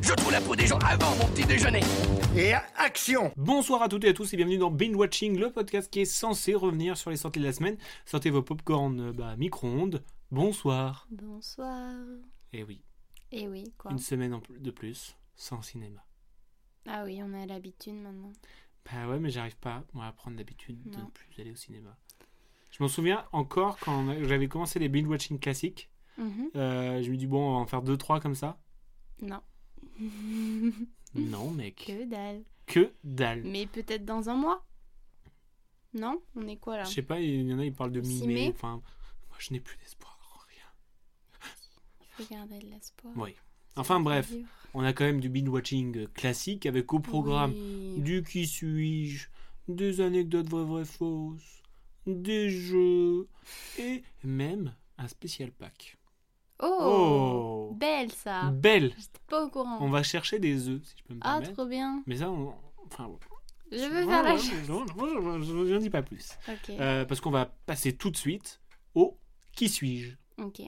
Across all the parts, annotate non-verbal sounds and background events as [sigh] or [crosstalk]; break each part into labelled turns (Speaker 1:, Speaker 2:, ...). Speaker 1: Je trouve la peau des gens avant mon petit déjeuner.
Speaker 2: Et action
Speaker 3: Bonsoir à toutes et à tous et bienvenue dans Binge Watching, le podcast qui est censé revenir sur les sorties de la semaine. Sortez vos popcorn bah, micro-ondes. Bonsoir.
Speaker 4: Bonsoir.
Speaker 3: Eh oui.
Speaker 4: Eh oui, quoi.
Speaker 3: Une semaine en plus- de plus sans cinéma.
Speaker 4: Ah oui, on a l'habitude [laughs] maintenant.
Speaker 3: Bah ouais, mais j'arrive pas moi à prendre l'habitude de
Speaker 4: Non.
Speaker 3: ne plus aller au cinéma. Je m'en souviens encore quand on a- j'avais commencé les binge watching classiques.
Speaker 4: Mhm.
Speaker 3: Euh, je me dis bon, on va en faire deux trois comme ça.
Speaker 4: Non.
Speaker 3: Non, mec.
Speaker 4: Mhm. que dalle.
Speaker 3: Que dalle.
Speaker 4: Mais peut-être dans un mois Non On est quoi là
Speaker 3: Je sais pas, il y en a ils parlent de
Speaker 4: Six
Speaker 3: mi-mai.
Speaker 4: mai.
Speaker 3: Enfin, moi je n'ai plus d'espoir en rien.
Speaker 4: Il faut garder de l'espoir.
Speaker 3: Oui. Enfin bref,
Speaker 4: Vivre.
Speaker 3: on a quand même du binge watching classique avec au programme
Speaker 4: Oui.
Speaker 3: du qui suis-je, des anecdotes vraies vraies fausses, des jeux et même un spécial pack.
Speaker 4: Oh, Belle ça
Speaker 3: Belle.
Speaker 4: J'étais pas au courant.
Speaker 3: On va chercher des œufs si je peux me
Speaker 4: Ah,
Speaker 3: permettre.
Speaker 4: trop bien
Speaker 3: Mais ça, on... enfin. bon.
Speaker 4: Je veux faire la
Speaker 3: Ouais, ouais, non, non, je- je je n'en dis pas plus.
Speaker 4: Ok,
Speaker 3: Euh, parce qu'on va passer tout de suite au qui suis-je.
Speaker 4: ok.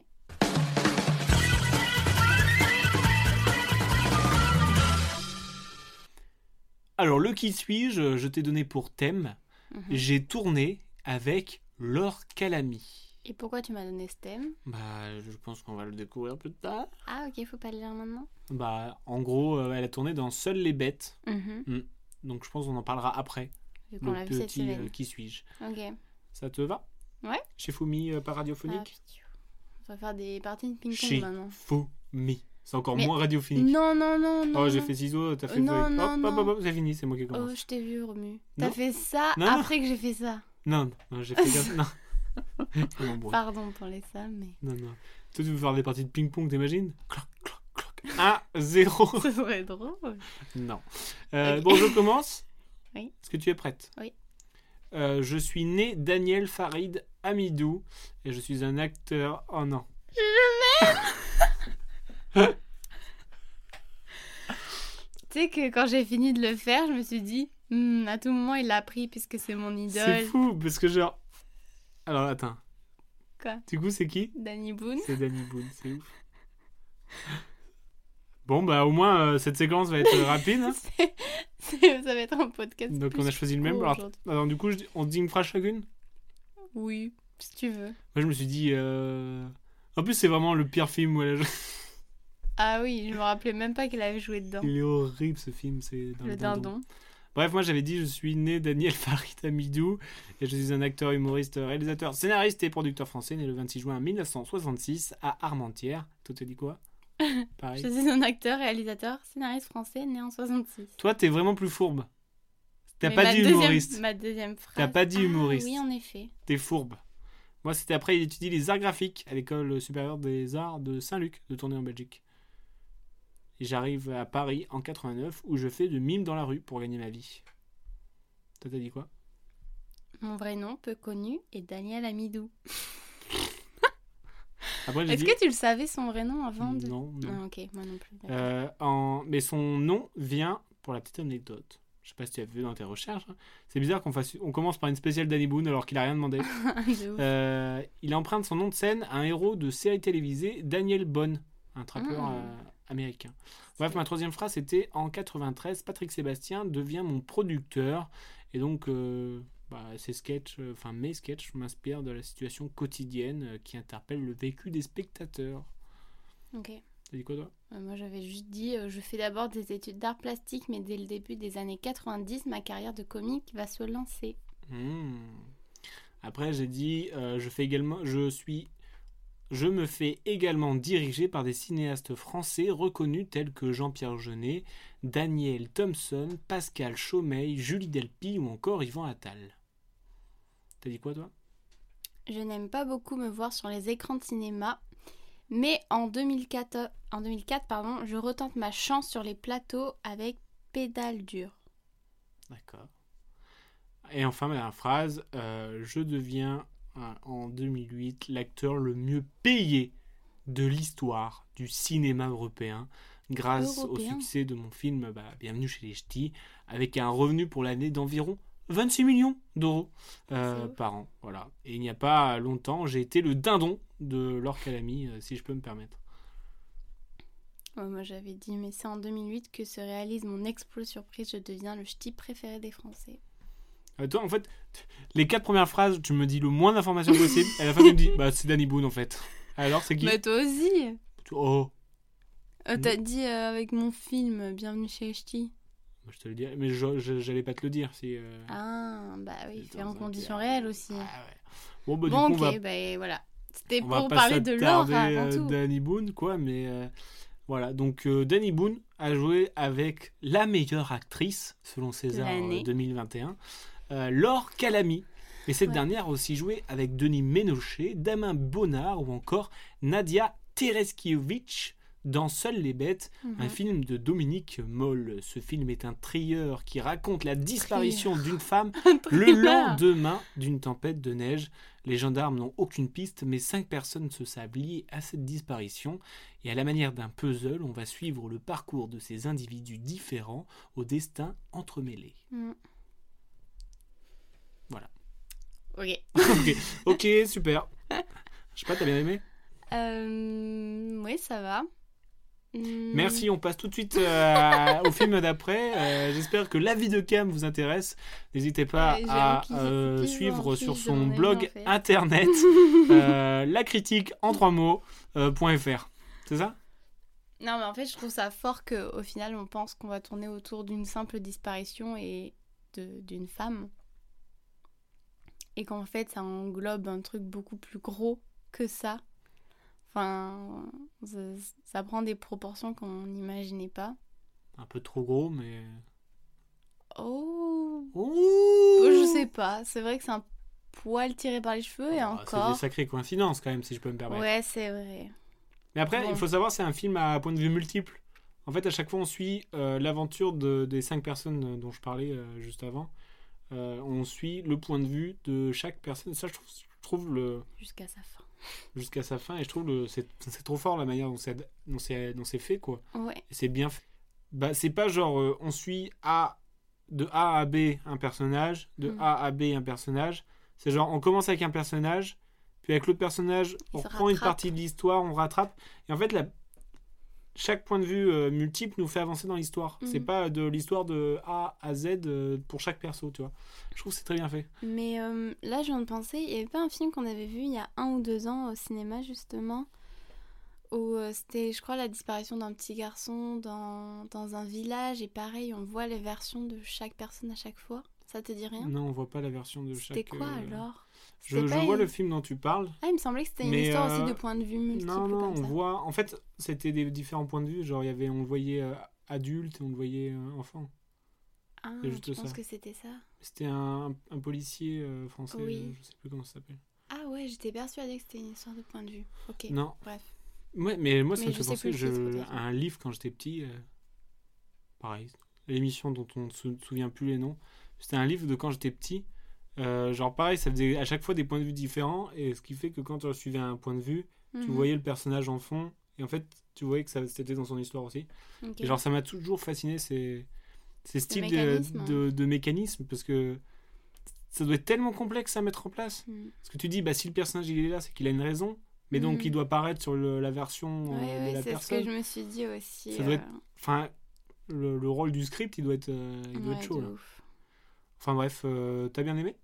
Speaker 3: Alors le qui suis-je, euh, je t'ai donné pour thème.
Speaker 4: Mhm.
Speaker 3: J'ai tourné avec Laure Calamy.
Speaker 4: Et pourquoi tu m'as donné ce thème
Speaker 3: Bah, je pense qu'on va le découvrir plus tard.
Speaker 4: Ah ok, faut pas le lire maintenant
Speaker 3: Bah, en gros, euh, elle a tourné dans Seules les bêtes.
Speaker 4: Mhm.
Speaker 3: Donc, je pense qu'on en parlera après.
Speaker 4: Vu qu'on
Speaker 3: Le
Speaker 4: l'a vu cette
Speaker 3: petit euh,
Speaker 4: semaine.
Speaker 3: qui suis-je.
Speaker 4: Ok.
Speaker 3: Ça te va
Speaker 4: Ouais.
Speaker 3: Chez Fumi, euh, pas
Speaker 4: Ah,
Speaker 3: radiophonique
Speaker 4: putain. on va faire des parties de ping-pong
Speaker 3: Chez
Speaker 4: maintenant.
Speaker 3: Fumi. C'est encore
Speaker 4: Mais-
Speaker 3: moins radiophonique.
Speaker 4: Non, non, non, non.
Speaker 3: oh, j'ai
Speaker 4: non.
Speaker 3: fait ciseaux, t'as fait
Speaker 4: Non,
Speaker 3: Zoé.
Speaker 4: non,
Speaker 3: hop, hop,
Speaker 4: non.
Speaker 3: hop, hop, c'est fini, c'est moi qui commence.
Speaker 4: Oh, je t'ai vu, Romu.
Speaker 3: Non.
Speaker 4: T'as fait ça
Speaker 3: Non, non.
Speaker 4: après que j'ai fait ça.
Speaker 3: Non, non, j'ai fait gaffe. Non. [laughs] Je m'embrouille.
Speaker 4: Pardon pour les ça, mais. [laughs]
Speaker 3: non, non. Toi, tu veux faire des parties de ping-pong, t'imagines Cloc, cloc, cloc. 1, 0.
Speaker 4: Ce serait drôle.
Speaker 3: Non. Euh,
Speaker 4: [laughs] Ok.
Speaker 3: Bon, je commence.
Speaker 4: [laughs] Oui.
Speaker 3: Est-ce que tu es prête
Speaker 4: Oui.
Speaker 3: Euh, je suis né Daniel Farid Amidou et je suis un acteur. Oh non.
Speaker 4: Tu sais que quand j'ai fini de le faire, je me suis dit, Hmm, à tout moment, il l'a pris puisque c'est mon
Speaker 3: C'est
Speaker 4: idole.
Speaker 3: fou parce que genre. Alors attends.
Speaker 4: Quoi
Speaker 3: Du coup, c'est qui
Speaker 4: Danny Boone.
Speaker 3: C'est Danny Boone, c'est ouf. Bon, bah au moins euh, cette séquence va être rapide. hein.
Speaker 4: C'est- [laughs] c'est- ça va être un podcast.
Speaker 3: Donc
Speaker 4: plus
Speaker 3: on a choisi le même.
Speaker 4: court
Speaker 3: Alors,
Speaker 4: aujourd'hui.
Speaker 3: alors, du coup, je dis- on se dit une phrase chacune
Speaker 4: Oui, si tu veux.
Speaker 3: Moi je me suis dit. euh, En plus, c'est vraiment le pire film où elle a joué.
Speaker 4: Ah oui, je me rappelais même pas qu'il avait joué dedans.
Speaker 3: [laughs] Il est horrible ce film, c'est dans
Speaker 4: Le, dindon.
Speaker 3: Bref, moi j'avais dit je suis né Daniel [laughs] Farid Amidou et je suis un acteur, humoriste, réalisateur, scénariste et producteur français né le 26 juin 1966 à Armentières. Tout te dit
Speaker 4: [laughs]
Speaker 3: quoi Pareil.
Speaker 4: Je suis un acteur, réalisateur, scénariste français né en 66.
Speaker 3: Toi t'es vraiment plus fourbe. T'as
Speaker 4: Mais
Speaker 3: pas
Speaker 4: ma
Speaker 3: dit
Speaker 4: deuxième-
Speaker 3: humoriste.
Speaker 4: Ma deuxième phrase.
Speaker 3: T'as pas dit
Speaker 4: Ah,
Speaker 3: humoriste.
Speaker 4: Oui, en effet.
Speaker 3: T'es fourbe. Moi c'était après il étudie les arts graphiques à l'école supérieure des arts de Saint-Luc de tournée en Belgique. Et j'arrive à Paris en 89 où je fais de mime dans la rue pour gagner ma vie. Toi t'as dit quoi
Speaker 4: Mon vrai nom, peu connu, est Daniel Amidou.
Speaker 3: Après j'ai
Speaker 4: Est-ce
Speaker 3: dit
Speaker 4: que tu le savais son vrai nom avant de...
Speaker 3: non, non.
Speaker 4: Ah, ok, moi non plus. d'accord.
Speaker 3: Euh, en- Mais son nom vient, pour la petite anecdote, je sais pas si tu as vu dans tes recherches, hein, c'est bizarre qu'on fasse, on commence par une spéciale Danny Boone alors qu'il a rien demandé.
Speaker 4: [laughs] De ouf.
Speaker 3: Euh, il emprunte son nom de scène à un héros de série télévisée, Daniel Bonne, un trappeur
Speaker 4: Ah.
Speaker 3: euh, américain. Bref, ma troisième phrase c'était en 93, Patrick Sébastien devient mon producteur et donc. euh, bah, ses sketchs, euh, enfin mes sketchs m'inspirent de la situation quotidienne euh, qui interpelle le vécu des spectateurs. Euh.
Speaker 4: Ok.
Speaker 3: T'as dit quoi toi
Speaker 4: Euh, Moi j'avais juste dit, euh, je fais d'abord des études d'art plastique, mais dès le début des années 90, ma carrière de comique va se lancer.
Speaker 3: Hmm. Après, j'ai dit, euh, je fais également, je suis, je me fais également diriger par des cinéastes français reconnus tels que Jean-Pierre Jeunet, Daniel Thompson, Pascal Chaumeil, Julie Delpy ou encore Yvan Attal. T'as dit quoi toi
Speaker 4: Je n'aime pas beaucoup me voir sur les écrans de cinéma, mais en 2004, en 2004 pardon, je retente ma chance sur les plateaux avec Pédale dure.
Speaker 3: D'accord. Et enfin, ma dernière phrase, euh, je deviens hein, en 2008 l'acteur le mieux payé de l'histoire du cinéma européen grâce
Speaker 4: Européen.
Speaker 3: au succès de mon film bah, Bienvenue chez les Ch'tis avec un revenu pour l'année d'environ 26 millions d'euros euh,
Speaker 4: C'est ouf.
Speaker 3: par an. Voilà. Et il n'y a pas longtemps, j'ai été le dindon de Laure Calamy, euh, si je peux me permettre.
Speaker 4: Ouais, moi j'avais dit, mais c'est en 2008 que se réalise mon exploit surprise, je deviens le ch'ti préféré des Français.
Speaker 3: Euh, toi, en fait, t- les quatre premières phrases, tu me dis le moins d'informations possible. à la fin, tu
Speaker 4: [laughs]
Speaker 3: me dis, bah, c'est Danny Boone, en fait. Alors, c'est qui
Speaker 4: Mais Bah, toi aussi
Speaker 3: Oh,
Speaker 4: Euh,
Speaker 3: Mm.
Speaker 4: T'as dit euh, avec mon film euh, Bienvenue chez les ch'tis.
Speaker 3: Bah, je te le dirai, mais je- je- j'allais pas te le dire. Si, euh,
Speaker 4: Ah, bah oui,
Speaker 3: J'étais
Speaker 4: c'est en
Speaker 3: dans un
Speaker 4: conditions
Speaker 3: cadre.
Speaker 4: réelles aussi.
Speaker 3: Ah, ouais. Bon, bah, du
Speaker 4: bon,
Speaker 3: coup,
Speaker 4: ok,
Speaker 3: on va,
Speaker 4: bah voilà. C'était
Speaker 3: on va
Speaker 4: pour
Speaker 3: pas
Speaker 4: parler de l'or
Speaker 3: s'attarder,
Speaker 4: avant
Speaker 3: euh,
Speaker 4: tout. [laughs]
Speaker 3: Danny Boone, quoi, mais euh, voilà. Donc, euh, Danny Boone a joué avec la meilleure actrice, selon César euh,
Speaker 4: l'année.
Speaker 3: 2021, euh, Laure Calamy. Et cette
Speaker 4: Ouais.
Speaker 3: dernière a aussi joué avec Denis Ménochet, Damien Bonnard ou encore Nadia Tereskiewicz dans Seules les Bêtes, un
Speaker 4: Mhm.
Speaker 3: film de Dominique Moll. Ce film est un trieur qui raconte la disparition d'une femme [laughs] le
Speaker 4: Thriller.
Speaker 3: lendemain d'une tempête de neige. Les gendarmes n'ont aucune piste, mais cinq personnes se savent liées à cette disparition. Et à la manière d'un puzzle, on va suivre le parcours de ces individus différents au destin entremêlé. [laughs]
Speaker 4: Mm.
Speaker 3: Voilà.
Speaker 4: Ok.
Speaker 3: ok, ok, super. Je sais pas, t'as bien aimé
Speaker 4: Euh, oui, ça va. Mm.
Speaker 3: Merci, on passe tout de suite euh, au film d'après. Euh, J'espère que l'avis de Cam vous intéresse. N'hésitez pas
Speaker 4: Ouais, j'ai
Speaker 3: à
Speaker 4: enquille-
Speaker 3: euh,
Speaker 4: toujours
Speaker 3: suivre
Speaker 4: enquille,
Speaker 3: sur
Speaker 4: j'en ai
Speaker 3: son
Speaker 4: rien
Speaker 3: blog
Speaker 4: fait. [laughs]
Speaker 3: internet euh, la critique en trois mots euh, point .fr. C'est ça
Speaker 4: Non, mais en fait, je trouve ça fort qu'au final, on pense qu'on va tourner autour d'une simple disparition et de- d'une femme. Et qu'en fait, ça englobe un truc beaucoup plus gros que ça. Enfin, ça, ça prend des proportions qu'on n'imaginait pas.
Speaker 3: Un peu trop gros, mais.
Speaker 4: Oh
Speaker 3: Ouh
Speaker 4: Je sais pas, c'est vrai que c'est un poil tiré par les cheveux et
Speaker 3: Ah, C'est des
Speaker 4: encore.
Speaker 3: sacrées coïncidences quand même, si je peux me permettre.
Speaker 4: Ouais, c'est vrai.
Speaker 3: Mais après,
Speaker 4: Bon.
Speaker 3: il faut savoir, c'est un film à point de vue multiple. En fait, à chaque fois, on suit euh, l'aventure de- des cinq personnes euh, dont je parlais euh, juste avant. Euh, on suit le point de vue de chaque personne. Ça, je trouve, je trouve le
Speaker 4: Jusqu'à sa fin.
Speaker 3: jusqu'à sa fin et je trouve le c'est c'est trop fort la manière dont c'est dont c'est dont c'est fait quoi.
Speaker 4: Ouais,
Speaker 3: Et c'est bien fait. Bah, c'est pas genre euh, on suit A de A à B un personnage, de
Speaker 4: Mhm.
Speaker 3: A à B un personnage. C'est genre on commence avec un personnage, puis avec l'autre personnage,
Speaker 4: Il
Speaker 3: on
Speaker 4: se
Speaker 3: reprend une
Speaker 4: rattrape.
Speaker 3: partie de l'histoire, on rattrape. Et en fait, la... chaque point de vue euh, multiple nous fait avancer dans l'histoire. C'est
Speaker 4: Mhm.
Speaker 3: pas de l'histoire de A à Z euh, pour chaque perso, tu vois. Je trouve que c'est très bien fait.
Speaker 4: mais euh, là je viens de penser, il y avait pas un film qu'on avait vu il y a un ou deux ans au cinéma justement, où euh, c'était je crois la disparition d'un petit garçon dans, dans un village et pareil on voit les versions de chaque personne à chaque fois. Ça te dit rien
Speaker 3: Non, on voit pas la version de chaque.
Speaker 4: C'était quoi
Speaker 3: euh,
Speaker 4: alors
Speaker 3: Je,
Speaker 4: C'était
Speaker 3: je
Speaker 4: pas
Speaker 3: vois
Speaker 4: une-
Speaker 3: le film dont tu parles.
Speaker 4: Ah il me semblait que c'était une
Speaker 3: Mais,
Speaker 4: histoire
Speaker 3: euh,
Speaker 4: aussi de point de vue multiple.
Speaker 3: Non, non,
Speaker 4: comme
Speaker 3: on
Speaker 4: ça.
Speaker 3: voit. En fait, c'était des différents points de vue. Genre, il y avait, on le voyait euh, adulte et on le voyait euh, enfant.
Speaker 4: Ah,
Speaker 3: c'est juste
Speaker 4: je pense
Speaker 3: ça.
Speaker 4: que c'était ça.
Speaker 3: C'était un, un policier euh, français,
Speaker 4: Oui.
Speaker 3: euh, je sais plus comment ça s'appelle.
Speaker 4: Ah ouais, j'étais persuadée que c'était une histoire de point de vue. Ok.
Speaker 3: Non.
Speaker 4: bref.
Speaker 3: Ouais, mais moi, ça
Speaker 4: Mais
Speaker 3: me
Speaker 4: je
Speaker 3: fait
Speaker 4: sais
Speaker 3: penser
Speaker 4: plus le titre,
Speaker 3: je-
Speaker 4: peut-être.
Speaker 3: à un livre quand j'étais petit. euh, pareil. L'émission dont on ne se souvient plus les noms. C'était un livre de quand j'étais petit. Euh, genre, pareil, ça faisait à chaque fois des points de vue différents. Et ce qui fait que quand tu suivais un point de vue, tu
Speaker 4: Mhm.
Speaker 3: voyais le personnage en fond. Et en fait, tu voyais que ça- c'était dans son histoire aussi.
Speaker 4: Ok.
Speaker 3: Et genre, ça m'a toujours fasciné ces, ces styles de,
Speaker 4: mécanisme.
Speaker 3: de, de mécanismes parce que ça doit être tellement complexe à mettre en place.
Speaker 4: Mm.
Speaker 3: Parce que tu dis, bah, si le personnage il est là, c'est qu'il a une raison, mais donc
Speaker 4: Mhm.
Speaker 3: il doit paraître sur le- la version euh,
Speaker 4: Ouais, ouais,
Speaker 3: de la
Speaker 4: c'est ce que
Speaker 3: personne.
Speaker 4: je me suis dit aussi.
Speaker 3: Ça doit
Speaker 4: euh,
Speaker 3: être- Enfin, le, le rôle du script, il doit être, euh, il doit
Speaker 4: ouais,
Speaker 3: être
Speaker 4: de
Speaker 3: chaud. là.
Speaker 4: ouf.
Speaker 3: Enfin, bref, euh, t'as bien aimé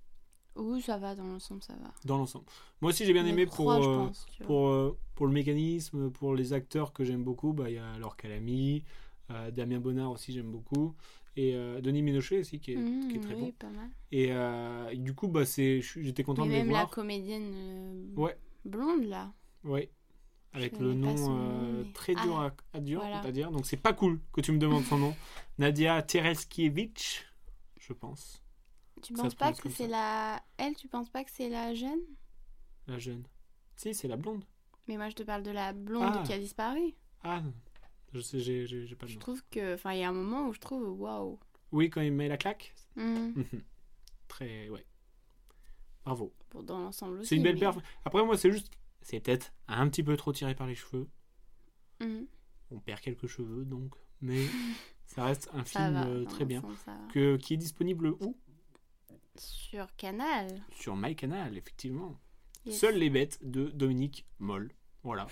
Speaker 4: Ouh, ça va, dans l'ensemble, ça va.
Speaker 3: Dans l'ensemble. Moi aussi, j'ai bien
Speaker 4: Mais
Speaker 3: aimé
Speaker 4: trois,
Speaker 3: pour.
Speaker 4: je
Speaker 3: euh,
Speaker 4: pense, tu vois.
Speaker 3: pour, euh, pour le mécanisme, pour les acteurs que j'aime beaucoup, bah, il y a Laure Calamy, euh, Damien Bonnard aussi, j'aime beaucoup, et euh, Denis Ménochet aussi, qui est,
Speaker 4: Mm,
Speaker 3: qui est très
Speaker 4: oui,
Speaker 3: bon.
Speaker 4: pas mal.
Speaker 3: Et euh, du coup, bah, c'est, je suis- j'étais content
Speaker 4: Et
Speaker 3: de les
Speaker 4: même la
Speaker 3: voir.
Speaker 4: comédienne euh,
Speaker 3: Ouais.
Speaker 4: blonde, là.
Speaker 3: Ouais. Avec
Speaker 4: Je
Speaker 3: le
Speaker 4: connais
Speaker 3: nom
Speaker 4: pas
Speaker 3: euh,
Speaker 4: son nom, mais-
Speaker 3: très dur
Speaker 4: Ah,
Speaker 3: à, à dire,
Speaker 4: voilà.
Speaker 3: à dire, donc c'est pas cool que tu me demandes son
Speaker 4: [laughs]
Speaker 3: nom. Nadia Tereskiewicz, je pense,
Speaker 4: Tu
Speaker 3: Ça
Speaker 4: penses
Speaker 3: se
Speaker 4: pas
Speaker 3: prononce
Speaker 4: que
Speaker 3: comme
Speaker 4: c'est la. Elle, tu penses pas que c'est la jeune
Speaker 3: la jeune. Si, c'est la blonde.
Speaker 4: Mais moi, je te parle de la blonde
Speaker 3: Ah.
Speaker 4: qui a disparu.
Speaker 3: Ah, non. je sais, j'ai, j'ai- j'ai pas le
Speaker 4: Je
Speaker 3: nom.
Speaker 4: trouve que. Enfin, il y a un moment où je trouve
Speaker 3: Mmh.
Speaker 4: waouh. Mmh.
Speaker 3: Oui, quand il met la claque.
Speaker 4: Mm.
Speaker 3: Mhm. Très, ouais. Bravo.
Speaker 4: Bon, dans l'ensemble aussi.
Speaker 3: C'est une belle
Speaker 4: mais-
Speaker 3: perf. Après, moi, c'est juste. C'est peut-être un petit peu trop tiré par les cheveux.
Speaker 4: Mhm,
Speaker 3: On perd quelques cheveux, donc.
Speaker 4: [laughs]
Speaker 3: Mais ça reste un
Speaker 4: ça
Speaker 3: film
Speaker 4: va,
Speaker 3: euh,
Speaker 4: dans
Speaker 3: très bien.
Speaker 4: l'ensemble, ça va.
Speaker 3: Que, qui est disponible où
Speaker 4: Sur Canal.
Speaker 3: Sur MyCanal, effectivement.
Speaker 4: yes.
Speaker 3: Seules les bêtes de Dominique Moll. Voilà.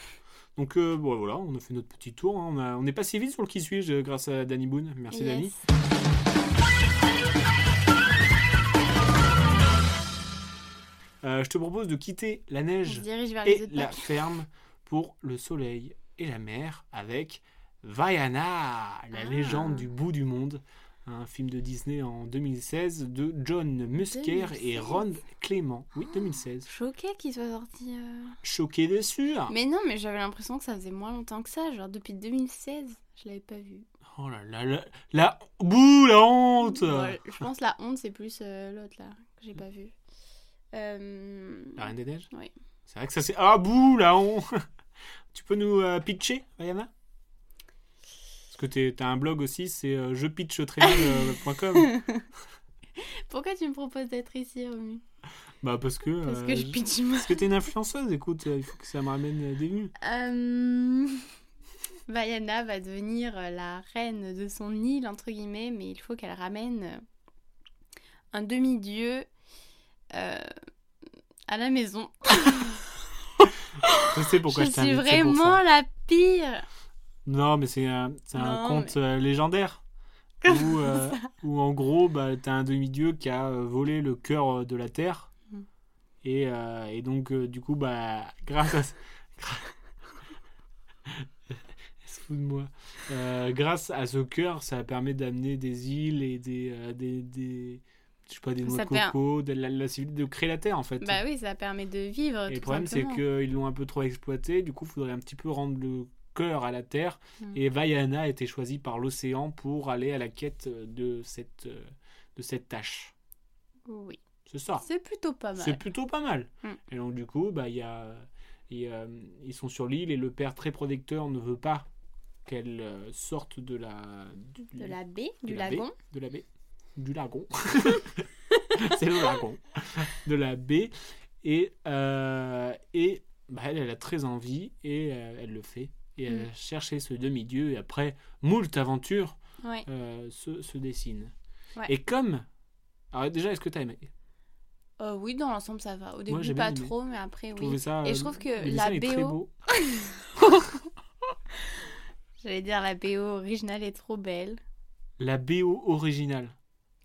Speaker 3: Donc, euh, bon, voilà, on a fait notre petit tour. hein. On, a- on est passé vite sur le qui suis-je euh, grâce à Danny Boone. Merci,
Speaker 4: Yes.
Speaker 3: Danny. Euh, je te propose de quitter la
Speaker 4: On se
Speaker 3: neige
Speaker 4: dirige vers les
Speaker 3: et
Speaker 4: autres
Speaker 3: la
Speaker 4: packs.
Speaker 3: ferme pour le soleil et la mer avec Vaiana, la
Speaker 4: Ah.
Speaker 3: légende du bout du monde, un film de Disney en 2016 de John Musker et
Speaker 4: 2016.
Speaker 3: Ron Clément. Oui,
Speaker 4: Ah.
Speaker 3: 2016.
Speaker 4: Choquée qu'il soit sorti. euh.
Speaker 3: Choqué hein. dessus.
Speaker 4: Mais non, mais j'avais l'impression que ça faisait moins longtemps que ça. Genre depuis 2016, je l'avais pas vu.
Speaker 3: Oh là là, la, la bouh, la honte.
Speaker 4: Bon, je pense la honte, c'est plus euh, l'autre là, que j'ai pas vu. Euh,
Speaker 3: La Reine des Neiges.
Speaker 4: Oui.
Speaker 3: C'est vrai que ça c'est ah bouh la honte. [laughs] tu peux nous euh, pitcher, Vaiana? Parce que t'es- t'as un blog aussi, c'est euh, je pitch très bien, euh, point com.
Speaker 4: [laughs] Pourquoi tu me proposes d'être ici, Romu
Speaker 3: Bah parce que.
Speaker 4: Parce
Speaker 3: euh,
Speaker 4: que je
Speaker 3: je-
Speaker 4: pitch moi.
Speaker 3: Parce que t'es une influenceuse, écoute, euh, il faut que ça me ramène euh, des vues.
Speaker 4: Euh, [laughs] Vaiana va devenir euh, la reine de son île, entre guillemets, mais il faut qu'elle ramène euh, un demi-dieu euh, à la maison.
Speaker 3: Je sais pourquoi je,
Speaker 4: je suis
Speaker 3: t'invite, c'est pour
Speaker 4: vraiment
Speaker 3: ça.
Speaker 4: la pire.
Speaker 3: Non, mais c'est un, c'est un
Speaker 4: Non,
Speaker 3: conte euh,
Speaker 4: [laughs]
Speaker 3: légendaire. Où, euh, où en gros, bah, t'as un demi-dieu qui a euh, volé le cœur euh, de la terre.
Speaker 4: Mm.
Speaker 3: Et, euh, et donc, euh, du coup, bah, [laughs] grâce à. [laughs] de moi euh, grâce à ce cœur, ça permet d'amener des îles et des. euh, des, des- je sais pas, des noix
Speaker 4: Ça
Speaker 3: de
Speaker 4: per-
Speaker 3: coco, de, la, la civil- de créer la terre en fait.
Speaker 4: Bah oui, ça permet de vivre.
Speaker 3: Et
Speaker 4: tout
Speaker 3: le problème, c'est
Speaker 4: simplement.
Speaker 3: qu'ils l'ont un peu trop exploité. Du coup, il faudrait un petit peu rendre le cœur à la terre.
Speaker 4: Mm.
Speaker 3: Et Vaiana a été choisie par l'océan pour aller à la quête de cette, euh, de cette tâche.
Speaker 4: Oui,
Speaker 3: C'est ça.
Speaker 4: Ah. c'est plutôt pas
Speaker 3: C'est
Speaker 4: mal.
Speaker 3: plutôt pas mal.
Speaker 4: Mm.
Speaker 3: Et donc, du coup, bah, il y a, il y a- ils sont sur l'île et le père très protecteur ne veut pas qu'elle euh, sorte de la, du-
Speaker 4: De la baie,
Speaker 3: de
Speaker 4: du
Speaker 3: la baie.
Speaker 4: lagon.
Speaker 3: de la baie. Du
Speaker 4: [laughs]
Speaker 3: lagon. [laughs] c'est le lagon. De la baie. Et, euh, et bah, elle, elle a très envie et euh, elle le fait. Et elle
Speaker 4: Mm.
Speaker 3: a cherché ce demi-dieu. Et après, moult aventures
Speaker 4: Ouais.
Speaker 3: euh, se, se dessinent.
Speaker 4: Ouais.
Speaker 3: Et comme. Alors, déjà, est-ce que t'as aimé
Speaker 4: Euh, oui, dans l'ensemble, ça va.
Speaker 3: Moi,
Speaker 4: Au
Speaker 3: j'ai
Speaker 4: début,
Speaker 3: bien
Speaker 4: pas
Speaker 3: aimé.
Speaker 4: trop, mais après,
Speaker 3: Trouvé
Speaker 4: oui.
Speaker 3: ça,
Speaker 4: Et
Speaker 3: euh,
Speaker 4: je trouve que
Speaker 3: le dessin
Speaker 4: la
Speaker 3: est très
Speaker 4: BO
Speaker 3: beau.
Speaker 4: J'allais dire la BO originale est trop belle.
Speaker 3: La BO originale.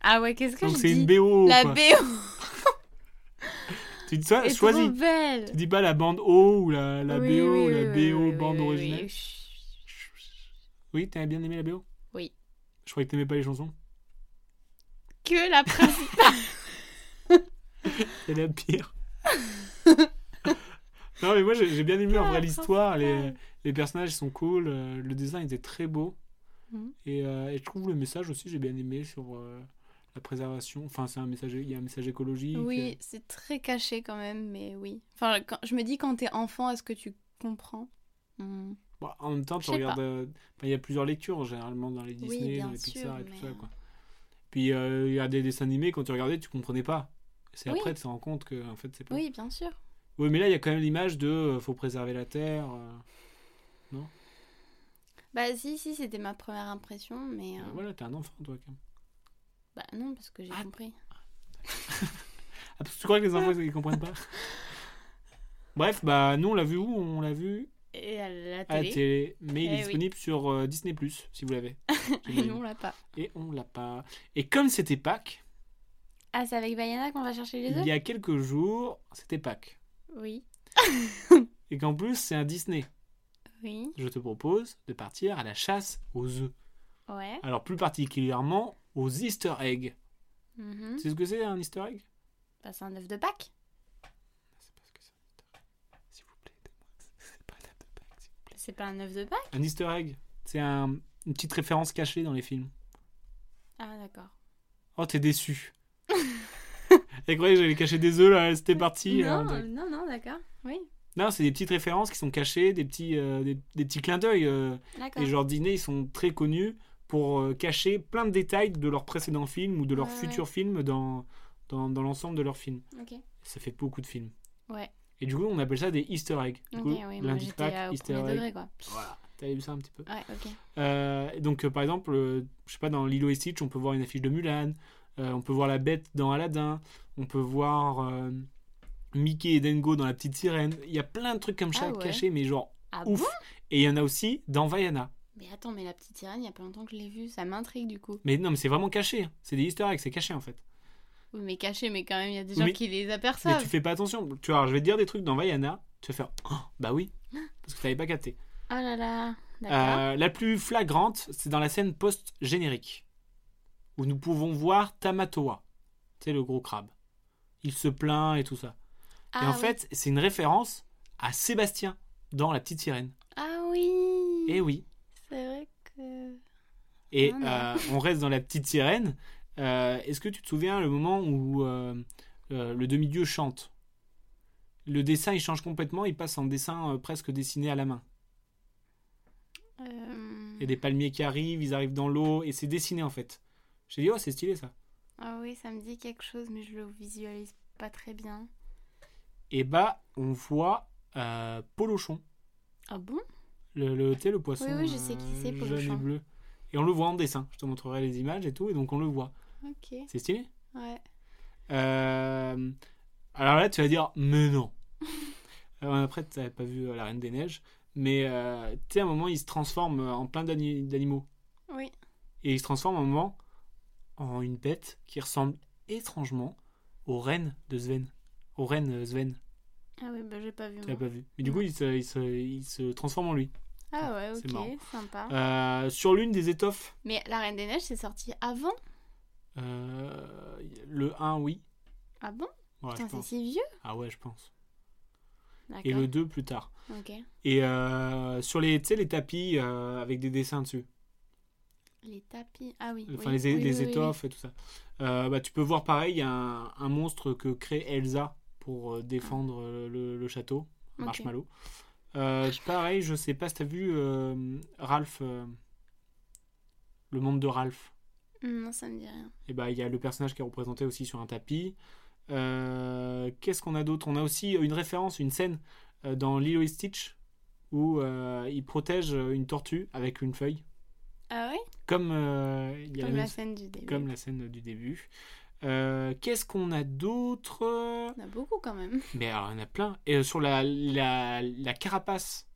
Speaker 4: Ah ouais, qu'est-ce que
Speaker 3: Donc,
Speaker 4: je
Speaker 3: c'est
Speaker 4: dis
Speaker 3: une BO.
Speaker 4: La
Speaker 3: quoi.
Speaker 4: BO
Speaker 3: Tu te sois-
Speaker 4: est
Speaker 3: choisis.
Speaker 4: trop belle.
Speaker 3: Tu dis pas la bande O ou la, la
Speaker 4: Oui,
Speaker 3: BO
Speaker 4: oui,
Speaker 3: ou
Speaker 4: oui,
Speaker 3: la
Speaker 4: oui,
Speaker 3: BO
Speaker 4: oui, oui,
Speaker 3: bande
Speaker 4: oui, oui,
Speaker 3: originale.
Speaker 4: oui. Chut.
Speaker 3: Oui, t'as bien aimé la BO
Speaker 4: Oui.
Speaker 3: Je croyais que t'aimais pas les chansons.
Speaker 4: Que la principale.
Speaker 3: [laughs] C'est la
Speaker 4: [laughs]
Speaker 3: pire. non, mais moi j'ai j'ai bien aimé en
Speaker 4: Ah,
Speaker 3: vrai l'histoire. Les,
Speaker 4: principale.
Speaker 3: les personnages sont cool. euh, Le design était très beau.
Speaker 4: Mhm.
Speaker 3: Et, euh, et je trouve le message aussi, j'ai bien aimé sur euh, la préservation. Enfin, c'est un message, il y a un message écologique.
Speaker 4: oui, c'est très caché quand même, mais oui. Enfin, quand- je me dis quand t'es enfant, est-ce que tu comprends Hmm.
Speaker 3: Bon, en même temps,
Speaker 4: Je
Speaker 3: tu
Speaker 4: sais
Speaker 3: regardes.
Speaker 4: pas.
Speaker 3: euh, enfin, Il y a plusieurs lectures généralement dans les Disney,
Speaker 4: bien
Speaker 3: dans les
Speaker 4: sûr,
Speaker 3: Pixar et tout
Speaker 4: mais,
Speaker 3: ça.
Speaker 4: euh,
Speaker 3: Quoi. Puis euh, il y a des dessins animés, quand tu regardais, tu comprenais pas. C'est
Speaker 4: Oui.
Speaker 3: après que tu te rends compte que en fait, c'est pas.
Speaker 4: Oui, bien sûr.
Speaker 3: Oui, mais là, il y a quand même l'image de euh, faut préserver la terre. euh,
Speaker 4: Bah si, si, c'était ma première impression, mais... euh,
Speaker 3: euh, voilà, t'es un enfant, toi, quand même.
Speaker 4: Bah non, parce que j'ai
Speaker 3: Ah.
Speaker 4: compris.
Speaker 3: Ah, parce que tu crois que
Speaker 4: [laughs]
Speaker 3: les enfants, ils comprennent pas Bref, bah, nous, on l'a vu où On l'a vu
Speaker 4: Et à la
Speaker 3: à la
Speaker 4: télé,
Speaker 3: télé, mais il est
Speaker 4: Eh oui.
Speaker 3: disponible sur euh, Disney, si vous l'avez.
Speaker 4: [laughs] et nous, on l'a pas.
Speaker 3: Et on l'a pas. Et comme c'était Pâques,
Speaker 4: Ah, c'est avec Vaiana qu'on va chercher les
Speaker 3: il
Speaker 4: œufs
Speaker 3: y a quelques jours, c'était Pâques.
Speaker 4: Oui,
Speaker 3: Et qu'en plus, c'est un Disney.
Speaker 4: oui,
Speaker 3: Je te propose de partir à la chasse aux œufs.
Speaker 4: ouais.
Speaker 3: Alors, plus particulièrement aux Easter eggs.
Speaker 4: mhm.
Speaker 3: C'est ce que c'est un Easter egg
Speaker 4: Bah, c'est un œuf de Pâques.
Speaker 3: C'est parce que c'est un Easter egg. S'il vous plaît, aidez-moi. [laughs] C'est pas un œuf de Pâques, s'il vous plaît.
Speaker 4: C'est pas un œuf de Pâques
Speaker 3: Un Easter egg, c'est un- une petite référence cachée dans les films.
Speaker 4: Ah, d'accord.
Speaker 3: Oh, t'es
Speaker 4: [laughs]
Speaker 3: déçu. Elle croyait que j'allais cacher des œufs là, c'était parti. là.
Speaker 4: non, non, non, d'accord. Oui,
Speaker 3: Non, c'est des petites références qui sont cachées, des petits, euh, des, des petits clins d'œil. euh.
Speaker 4: d'accord.
Speaker 3: Les genres Disney, ils sont très connus pour euh, cacher plein de détails de leurs précédents films ou de leurs
Speaker 4: Ouais,
Speaker 3: futurs films dans, dans, dans l'ensemble de leurs films.
Speaker 4: Ok.
Speaker 3: Ça fait beaucoup de films.
Speaker 4: Ouais.
Speaker 3: Et du coup, on appelle ça des easter eggs. Du
Speaker 4: Ok,
Speaker 3: coup,
Speaker 4: oui, moi
Speaker 3: lundi de
Speaker 4: j'étais
Speaker 3: Pâques,
Speaker 4: euh, au
Speaker 3: easter
Speaker 4: premier
Speaker 3: egg.
Speaker 4: degré, quoi.
Speaker 3: Voilà, t'avais vu ça un petit peu.
Speaker 4: Ouais, ok.
Speaker 3: Euh, donc, euh, par exemple, euh, je sais pas, dans Lilo et Stitch, on peut voir une affiche de Mulan, euh, on peut voir la bête dans Aladdin, on peut voir euh, Mickey et Dengo dans La Petite Sirène. Il y a plein de trucs comme ça
Speaker 4: Ah ouais.
Speaker 3: cachés, mais genre
Speaker 4: Ah
Speaker 3: ouf.
Speaker 4: bon
Speaker 3: et il y en a aussi dans Vaiana.
Speaker 4: Mais attends, mais la petite sirène, il y a pas longtemps que je l'ai vue, ça m'intrigue du coup.
Speaker 3: Mais non, mais c'est vraiment caché. hein. C'est des easter eggs, c'est caché en fait.
Speaker 4: Oui, mais caché, mais quand même, il y a des
Speaker 3: Oui,
Speaker 4: gens
Speaker 3: mais-
Speaker 4: qui les
Speaker 3: Mais
Speaker 4: aperçoivent.
Speaker 3: tu fais pas attention. Tu vois, alors, je vais te dire des trucs dans Vaiana, tu vas faire Oh, bah
Speaker 4: [gasps]
Speaker 3: oui, parce que t'avais pas capté.
Speaker 4: Oh là là, d'accord.
Speaker 3: Euh, la plus flagrante, c'est dans la scène post-générique, où nous pouvons voir Tamatoa, c'est le gros crabe. Il se plaint et tout ça.
Speaker 4: ah,
Speaker 3: et en
Speaker 4: oui.
Speaker 3: fait, c'est une référence à Sébastien dans La Petite Sirène.
Speaker 4: Ah oui
Speaker 3: Et oui.
Speaker 4: C'est vrai que.
Speaker 3: Et
Speaker 4: Ah, non.
Speaker 3: euh, on reste dans La Petite Sirène. Euh, Est-ce que tu te souviens le moment où euh, euh, le demi-dieu chante Le dessin, il change complètement, il passe en dessin euh, presque dessiné à la main.
Speaker 4: euh,
Speaker 3: Il
Speaker 4: Mmh.
Speaker 3: y a des palmiers qui arrivent, ils arrivent dans l'eau, et c'est dessiné en fait. J'ai dit, oh, c'est stylé ça.
Speaker 4: Ah oui, ça me dit quelque chose, mais je le visualise pas très bien.
Speaker 3: et bah on voit euh, Polochon,
Speaker 4: Ah bon
Speaker 3: le, le, tu sais, le poisson. euh,
Speaker 4: Oui, oui, je sais qui c'est,
Speaker 3: jaune
Speaker 4: Polochon.
Speaker 3: Et, bleu. et on le voit en dessin, je te montrerai les images et tout, et donc on le voit.
Speaker 4: Ok.
Speaker 3: C'est stylé.
Speaker 4: Ouais.
Speaker 3: Euh, alors là, tu vas dire, mais
Speaker 4: [laughs]
Speaker 3: non. Alors après, tu pas vu euh, La Reine des Neiges, mais euh, tu sais, à un moment, il se transforme euh, en plein d'ani- d'animaux.
Speaker 4: Oui.
Speaker 3: Et il se transforme à un moment en une bête qui ressemble étrangement aux reines de Sven. Aux reines euh, Sven,
Speaker 4: Ah oui, bah j'ai pas vu.
Speaker 3: tu l'as
Speaker 4: moi.
Speaker 3: pas vu. Mais du coup, il se- il se- il se transforme en lui.
Speaker 4: Ah ouais,
Speaker 3: C'est marrant.
Speaker 4: ok, sympa.
Speaker 3: Euh, sur l'une des étoffes,
Speaker 4: Mais La Reine des Neiges, c'est sorti avant
Speaker 3: euh, le 1, oui.
Speaker 4: Ah bon
Speaker 3: Voilà,
Speaker 4: Putain,
Speaker 3: je
Speaker 4: c'est
Speaker 3: pense.
Speaker 4: si vieux
Speaker 3: Ah ouais, je pense.
Speaker 4: D'accord.
Speaker 3: Et le 2 plus tard.
Speaker 4: Ok.
Speaker 3: Et euh, sur les, tu sais, les tapis euh, avec des dessins dessus,
Speaker 4: Les tapis. Ah oui.
Speaker 3: enfin
Speaker 4: oui,
Speaker 3: les, é-
Speaker 4: oui,
Speaker 3: les
Speaker 4: oui, oui, oui.
Speaker 3: étoffes et tout ça, Euh, bah, tu peux voir pareil, il y a un, un monstre que crée Elsa pour euh, défendre euh, le, le château,
Speaker 4: Ah. Ok. Ah.
Speaker 3: Marshmallow. Euh, pareil, je sais pas si t'as vu euh, Ralph, euh, le monde de Ralph.
Speaker 4: Mmh, Non, ça me dit rien.
Speaker 3: Et bah, il y a le personnage qui est représenté aussi sur un tapis. Euh, Qu'est-ce qu'on a d'autre On a aussi une référence, une scène euh, dans Lilo et Stitch où euh, il protège une tortue avec une feuille,
Speaker 4: Ah oui
Speaker 3: comme, euh, il y a
Speaker 4: Comme
Speaker 3: la
Speaker 4: la
Speaker 3: même-
Speaker 4: scène du début.
Speaker 3: comme la scène du début. Euh, Qu'est-ce qu'on a d'autre
Speaker 4: On a beaucoup quand même.
Speaker 3: Mais alors, il y en a plein. Et euh, sur la, la, la carapace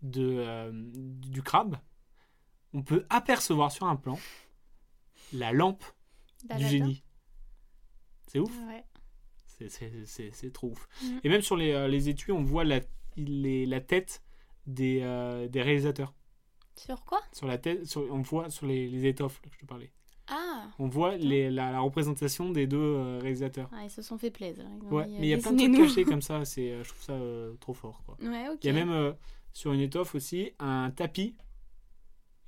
Speaker 3: de, euh, du crabe, on peut apercevoir sur un plan la lampe du
Speaker 4: D'Aladdin. Ah
Speaker 3: génie. C'est ouf.
Speaker 4: Ouais.
Speaker 3: C'est- C'est c'est- c'est trop ouf.
Speaker 4: Mhm.
Speaker 3: Et même sur les, euh, les étuis, on voit la, les- la tête des, euh, des réalisateurs.
Speaker 4: Sur quoi
Speaker 3: Sur la tête, sur- on voit sur les, les étoffes là, que je te parlais.
Speaker 4: Ah
Speaker 3: On voit les- la, la représentation des deux euh, réalisateurs.
Speaker 4: Ah, ils se sont fait plaisir. Ils ont
Speaker 3: Ouais,
Speaker 4: dit,
Speaker 3: mais il y a
Speaker 4: euh,
Speaker 3: plein de trucs
Speaker 4: dessinez-nous.
Speaker 3: cachés comme
Speaker 4: [laughs]
Speaker 3: ça. C'est, euh, je trouve ça euh, trop fort. Quoi.
Speaker 4: Ouais, ok.
Speaker 3: Il y a même euh, sur une étoffe aussi un tapis.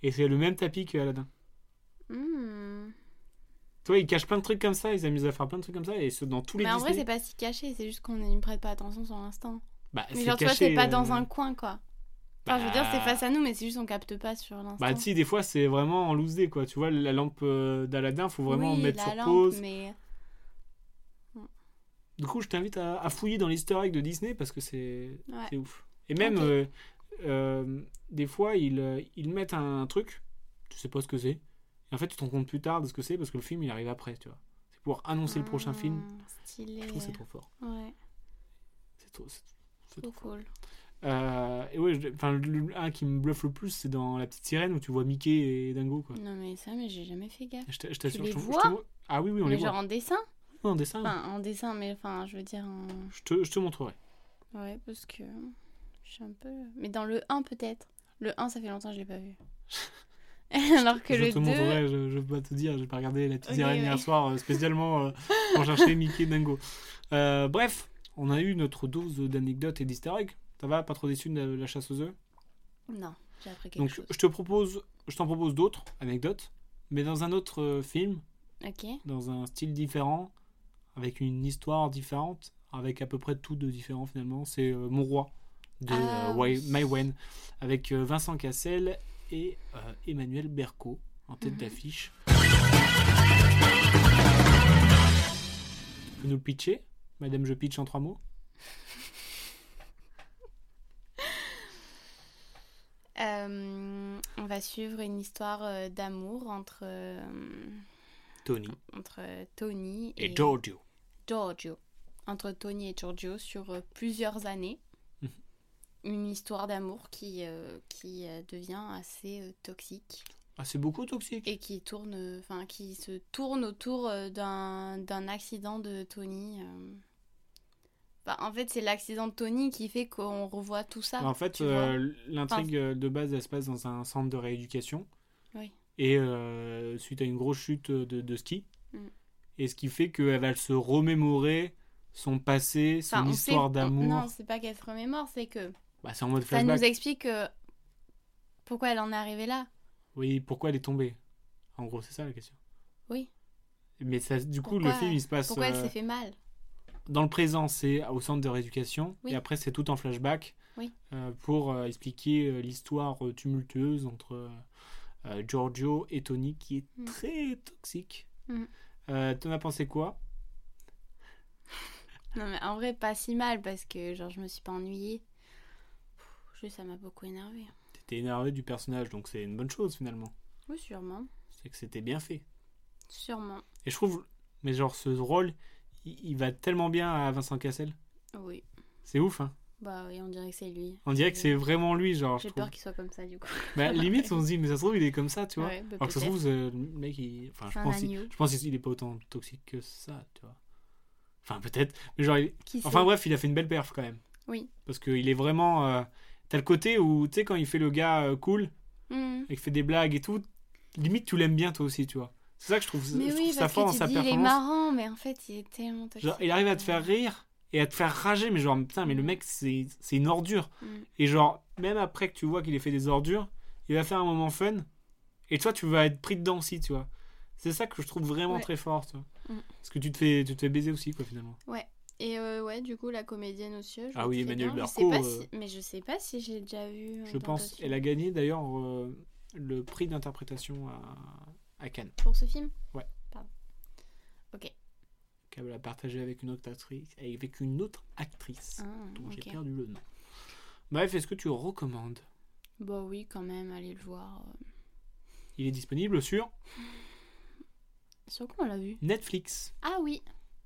Speaker 3: Et c'est le même tapis que Aladdin.
Speaker 4: Hmm.
Speaker 3: Toi, ils cachent plein de trucs comme ça. Ils s'amusent à faire plein de trucs comme ça. Et ce, dans tous les
Speaker 4: Mais en vrai,
Speaker 3: Disney-
Speaker 4: c'est pas si caché, c'est juste qu'on n'y prête pas attention sur l'instant.
Speaker 3: Bah,
Speaker 4: Mais
Speaker 3: c'est
Speaker 4: genre, tu vois,
Speaker 3: caché,
Speaker 4: c'est pas dans
Speaker 3: euh,
Speaker 4: un coin, quoi. Enfin, je veux dire, c'est
Speaker 3: bah,
Speaker 4: face à nous, mais c'est juste qu'on capte pas sur l'instant.
Speaker 3: Bah si, des fois c'est vraiment en loose day quoi. Tu vois la lampe euh, d'Aladin, faut vraiment
Speaker 4: oui,
Speaker 3: mettre
Speaker 4: la
Speaker 3: sur
Speaker 4: lampe,
Speaker 3: pause.
Speaker 4: mais...
Speaker 3: Du coup, je t'invite à, à fouiller dans l'easter egg de Disney parce que c'est
Speaker 4: Ouais.
Speaker 3: c'est ouf. Et même
Speaker 4: Ok.
Speaker 3: euh, euh, des fois ils, euh, ils mettent un truc, tu sais pas ce que c'est. Et en fait, tu te rends compte plus tard de ce que c'est parce que le film il arrive après, tu vois. C'est pour annoncer le prochain
Speaker 4: Ah,
Speaker 3: film.
Speaker 4: Stylé.
Speaker 3: Je trouve que c'est trop fort.
Speaker 4: Ouais,
Speaker 3: C'est trop. c'est- c'est
Speaker 4: trop
Speaker 3: trop fort.
Speaker 4: cool.
Speaker 3: Euh, et ouais, je- enfin, le- un qui me bluffe le plus, c'est dans La Petite Sirène où tu vois Mickey et Dingo quoi.
Speaker 4: Non, mais ça, mais j'ai jamais fait gaffe.
Speaker 3: Je t'a- je t'assure,
Speaker 4: Mm. les
Speaker 3: je te- je te
Speaker 4: vois
Speaker 3: mo- Ah oui, oui, on
Speaker 4: mais
Speaker 3: les
Speaker 4: genre
Speaker 3: voit.
Speaker 4: en dessin
Speaker 3: Non, en dessin.
Speaker 4: Enfin, en dessin, mais enfin, je veux dire en...
Speaker 3: Je te, je te montrerai.
Speaker 4: Ouais, parce que je suis un peu... Mais dans le 1, peut-être. Le 1, ça fait longtemps que je l'ai pas vu. [laughs] Alors que
Speaker 3: je
Speaker 4: le
Speaker 3: te
Speaker 4: 2...
Speaker 3: montrerai, je, je peux pas te dire, j'ai pas regardé la petite
Speaker 4: Ok,
Speaker 3: sirène hier
Speaker 4: ouais.
Speaker 3: soir euh, spécialement
Speaker 4: [laughs]
Speaker 3: euh, pour chercher Mickey et Dingo. Euh, bref, on a eu notre dose d'anecdotes et d'easter eggs. Ça va, pas trop déçu de la, la chasse aux œufs.
Speaker 4: Non, j'ai appris quelque
Speaker 3: Donc
Speaker 4: chose.
Speaker 3: je te propose, je t'en propose d'autres anecdotes, mais dans un autre euh, film,
Speaker 4: Ok,
Speaker 3: dans un style différent, avec une histoire différente, avec à peu près tout de différent finalement. C'est euh, Mon Roi de
Speaker 4: Ah,
Speaker 3: euh, Wai-
Speaker 4: oui.
Speaker 3: Mai Wen, avec euh, Vincent Cassel et euh, Emmanuel Berco
Speaker 4: Mhm.
Speaker 3: en tête d'affiche. nous pitcher Madame, je pitch en trois mots
Speaker 4: Euh, on va suivre une histoire euh, d'amour entre, euh,
Speaker 3: Tony
Speaker 4: entre Tony
Speaker 3: et Giorgio.
Speaker 4: Giorgio. Entre Tony et Giorgio sur euh, plusieurs années.
Speaker 3: Mhm.
Speaker 4: Une histoire d'amour qui, euh, qui euh, devient assez euh, toxique
Speaker 3: Ah, c'est beaucoup toxique.
Speaker 4: et qui, tourne, euh, enfin, qui se tourne autour euh, d'un d'un accident de Tony. euh. Enfin, en fait, c'est l'accident de Tony qui fait qu'on revoit tout ça.
Speaker 3: en fait,
Speaker 4: tu vois.
Speaker 3: euh, l'intrigue euh, de base, elle se passe dans un centre de rééducation.
Speaker 4: Oui.
Speaker 3: Et euh, suite à une grosse chute de, de ski.
Speaker 4: Mm.
Speaker 3: Et ce qui fait qu'elle va se remémorer son passé, son
Speaker 4: Enfin, on sait-
Speaker 3: histoire
Speaker 4: on- Non,
Speaker 3: d'amour.
Speaker 4: c'est pas qu'elle se remémore, c'est que
Speaker 3: Bah, c'est en mode
Speaker 4: ça
Speaker 3: flashback.
Speaker 4: nous explique euh, pourquoi elle en est arrivée là.
Speaker 3: Oui, pourquoi elle est tombée En gros, c'est ça la question.
Speaker 4: Oui.
Speaker 3: Mais ça, du coup, le
Speaker 4: Pourquoi-
Speaker 3: film, il se passe
Speaker 4: Pourquoi elle
Speaker 3: euh,
Speaker 4: s'est fait mal.
Speaker 3: dans le présent, c'est au centre de rééducation.
Speaker 4: Oui.
Speaker 3: Et après, c'est tout en flashback
Speaker 4: Oui.
Speaker 3: euh, pour euh, expliquer euh, l'histoire euh, tumultueuse entre euh, euh, Giorgio et Tony, qui est
Speaker 4: Mm.
Speaker 3: très toxique.
Speaker 4: Mm.
Speaker 3: Euh, T'en as pensé quoi
Speaker 4: Non, mais en vrai, pas si mal parce que genre, je me suis pas ennuyée. Pff, Juste, ça m'a beaucoup énervée.
Speaker 3: T'étais énervé du personnage, donc c'est une bonne chose finalement.
Speaker 4: Oui, sûrement.
Speaker 3: C'est que c'était bien fait.
Speaker 4: Sûrement.
Speaker 3: Et je trouve, mais genre, ce rôle, il, il va tellement bien à Vincent Cassel.
Speaker 4: Oui.
Speaker 3: C'est ouf, hein
Speaker 4: Bah oui, on dirait que c'est lui.
Speaker 3: On dirait que c'est vraiment lui, genre. Je
Speaker 4: J'ai
Speaker 3: trouve.
Speaker 4: peur qu'il soit comme ça du coup. [laughs]
Speaker 3: Bah, limite, on se dit, mais ça se trouve, il est comme ça, tu vois.
Speaker 4: Ouais, bah,
Speaker 3: Alors que ça se
Speaker 4: peut-être.
Speaker 3: trouve, euh, le mec, il... enfin, je
Speaker 4: C'est un
Speaker 3: pense, qu'il-
Speaker 4: agneau.
Speaker 3: je pense qu'il est pas autant toxique que ça, tu vois. Enfin, peut-être. Mais genre, il-
Speaker 4: Qui
Speaker 3: enfin
Speaker 4: sait
Speaker 3: bref, il a fait une belle perf quand même.
Speaker 4: Oui.
Speaker 3: Parce qu'il est vraiment. euh, T'as le côté où, tu sais, quand il fait le gars euh, cool
Speaker 4: Mhm.
Speaker 3: et qu'il fait des blagues et tout, limite, tu l'aimes bien toi aussi, tu vois. C'est ça que je trouve,
Speaker 4: Mais
Speaker 3: je
Speaker 4: oui,
Speaker 3: trouve ça
Speaker 4: parce
Speaker 3: fort dans
Speaker 4: que
Speaker 3: sa
Speaker 4: tu dis, il est
Speaker 3: performance.
Speaker 4: marrant, mais en fait, il est tellement toxique.
Speaker 3: Genre, il arrive à te faire rire et à te faire rager, mais genre, putain, mais le
Speaker 4: Mm.
Speaker 3: mec, c'est c'est une ordure.
Speaker 4: Mm.
Speaker 3: Et genre, même après que tu vois qu'il ait fait des ordures, il va faire un moment fun, et toi, tu vas être pris dedans aussi, tu vois. C'est ça que je trouve vraiment
Speaker 4: Ouais.
Speaker 3: très fort, tu vois.
Speaker 4: Mm.
Speaker 3: Parce que tu te, fais, tu te fais baiser aussi, quoi, finalement.
Speaker 4: Et euh, ouais, du coup, la comédienne aussi.
Speaker 3: Ah oui, Emmanuel Berco, euh,
Speaker 4: Mais je sais pas si je l'ai déjà vu.
Speaker 3: Je pense. Elle a gagné, d'ailleurs, euh, le prix d'interprétation à, à Cannes.
Speaker 4: Pour ce film
Speaker 3: Ouais.
Speaker 4: Pardon. Ok.
Speaker 3: Qu'elle l'a partagé avec une autre actrice. Avec une autre actrice
Speaker 4: Ah,
Speaker 3: dont
Speaker 4: ok.
Speaker 3: j'ai perdu le nom. Bref, est-ce que tu recommandes
Speaker 4: Bah oui, quand même, allez le voir. euh.
Speaker 3: Il est disponible sur
Speaker 4: Sur quoi on l'a vu
Speaker 3: Netflix.
Speaker 4: Ah oui,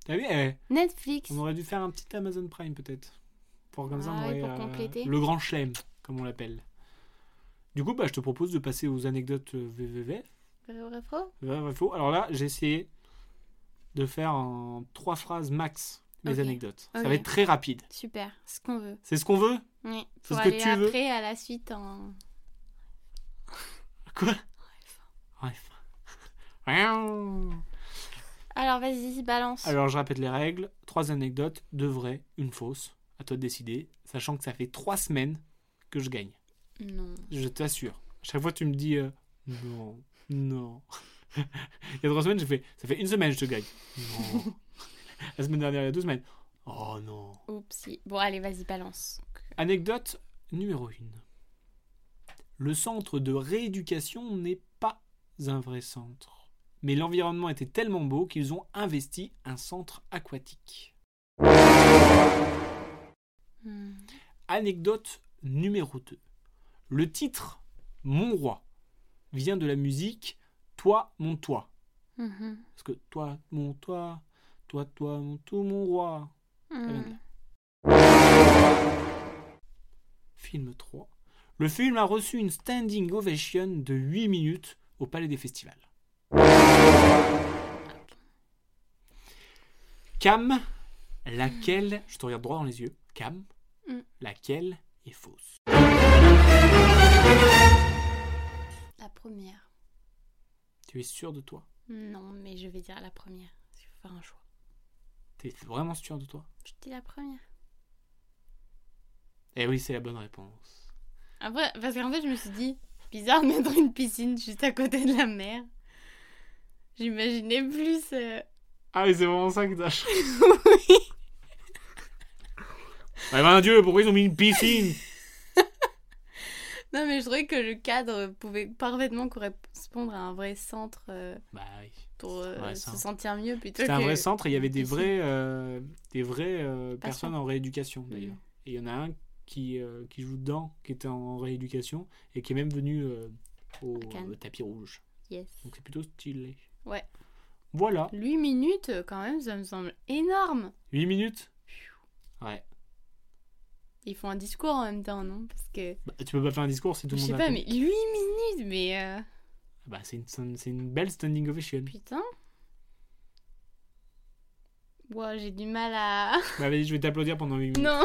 Speaker 3: T'as vu eh,
Speaker 4: Netflix.
Speaker 3: On aurait dû faire un petit Amazon Prime peut-être. Pour comme ça, on
Speaker 4: Ah
Speaker 3: aurait,
Speaker 4: oui, pour
Speaker 3: euh,
Speaker 4: compléter.
Speaker 3: le grand chelem, comme on l'appelle. Du coup, bah, je te propose de passer aux anecdotes euh, VVV.
Speaker 4: Vrai, vrai, faux
Speaker 3: Vrai, vrai, faux. Alors là, j'ai essayé de faire en trois phrases max les
Speaker 4: Ok.
Speaker 3: anecdotes.
Speaker 4: Ok.
Speaker 3: Ça va être très rapide.
Speaker 4: Super, ce qu'on veut.
Speaker 3: C'est ce qu'on veut
Speaker 4: Oui,
Speaker 3: C'est
Speaker 4: pour
Speaker 3: ce que
Speaker 4: aller
Speaker 3: tu veux.
Speaker 4: après à la suite en.
Speaker 3: Quoi Bref.
Speaker 4: Alors vas-y, balance.
Speaker 3: Alors, je répète les règles. Trois anecdotes, deux vraies, une fausse. À toi de décider, sachant que ça fait trois semaines que je gagne.
Speaker 4: Non.
Speaker 3: Je t'assure. À Chaque fois, tu me dis euh, non, non. [laughs] il y a trois semaines, j'ai fait ça fait une semaine, je te gagne. Non. La semaine dernière, il y a deux semaines. Oh non.
Speaker 4: Oupsie. Bon, allez, vas-y, balance.
Speaker 3: Anecdote numéro 1. Le centre de rééducation n'est pas un vrai centre. Mais l'environnement était tellement beau qu'ils ont investi un centre aquatique.
Speaker 4: Hmm.
Speaker 3: Anecdote numéro 2. Le titre Mon roi vient de la musique Toi, mon toit.
Speaker 4: Mhm.
Speaker 3: Parce que toi, mon toit, toi, toi, mon tout, mon roi. vient de là.
Speaker 4: Hmm.
Speaker 3: Film 3. Le film a reçu une standing ovation de 8 minutes au Palais des Festivals. Cam, laquelle, je te regarde droit dans les yeux, Cam,
Speaker 4: Mm.
Speaker 3: laquelle est fausse
Speaker 4: La première.
Speaker 3: Tu es sûr de toi
Speaker 4: Non, mais je vais dire la première. Parce qu'il faut faire un choix.
Speaker 3: Tu es vraiment sûr de toi
Speaker 4: Je dis la première.
Speaker 3: Eh oui, c'est la bonne réponse.
Speaker 4: Après, parce qu'en fait, je me suis dit, bizarre de mettre une piscine juste à côté de la mer. J'imaginais plus. euh,
Speaker 3: Ah, mais c'est vraiment ça
Speaker 4: [laughs]
Speaker 3: que t'as Oui Ah, ben Dieu, pourquoi ils ont mis une piscine
Speaker 4: Non, mais je trouvais que le cadre pouvait parfaitement correspondre à un vrai centre euh,
Speaker 3: Bah oui.
Speaker 4: pour euh,
Speaker 3: Ouais, ça.
Speaker 4: se sentir mieux plutôt
Speaker 3: C'était un
Speaker 4: que-
Speaker 3: vrai centre et il y avait des
Speaker 4: Ici.
Speaker 3: vrais, euh, des vrais euh,
Speaker 4: Patients.
Speaker 3: personnes en rééducation
Speaker 4: Mm.
Speaker 3: d'ailleurs. Et il y en a un qui, euh, qui joue dedans, qui était en rééducation et qui est même venu euh, au
Speaker 4: À Cannes.
Speaker 3: euh, tapis rouge.
Speaker 4: Yes.
Speaker 3: Donc c'est plutôt stylé.
Speaker 4: Ouais.
Speaker 3: Voilà,
Speaker 4: 8 minutes, euh, quand même, ça me semble énorme.
Speaker 3: 8 minutes. Ouais.
Speaker 4: Ils font un discours en même temps, non Parce que.
Speaker 3: Bah, tu peux pas faire un discours si tout
Speaker 4: Je
Speaker 3: le monde
Speaker 4: sais
Speaker 3: a
Speaker 4: pas,
Speaker 3: fait.
Speaker 4: mais 8 minutes, mais. euh,
Speaker 3: Bah, c'est une, c'est une- c'est une belle standing ovation.
Speaker 4: [laughs] Putain. Ouah, j'ai du mal à. [laughs]
Speaker 3: Bah, vas-y, je vais t'applaudir pendant 8 minutes. [laughs]
Speaker 4: Non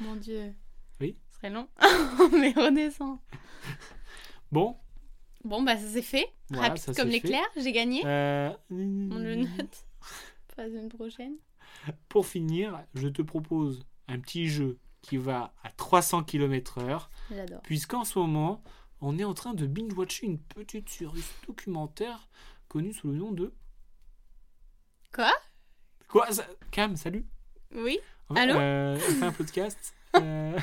Speaker 4: Mon dieu.
Speaker 3: Oui.
Speaker 4: Ce serait long. [laughs] mais redescend.
Speaker 3: Bon,
Speaker 4: Bon, bah, ça c'est fait.
Speaker 3: Voilà,
Speaker 4: Rapide
Speaker 3: ça, c'est
Speaker 4: comme
Speaker 3: fait.
Speaker 4: l'éclair, j'ai gagné.
Speaker 3: euh,
Speaker 4: On le note. Pour la semaine prochaine.
Speaker 3: pour finir, je te propose un petit jeu qui va à 300 km/h.
Speaker 4: J'adore.
Speaker 3: puisqu'en ce moment, on est en train de binge-watcher une petite série documentaire connue sous le nom de...
Speaker 4: Quoi
Speaker 3: Quoi ça- Cam, salut
Speaker 4: Oui
Speaker 3: En fait,
Speaker 4: Allô
Speaker 3: euh, On fait un
Speaker 4: [laughs]
Speaker 3: podcast. euh,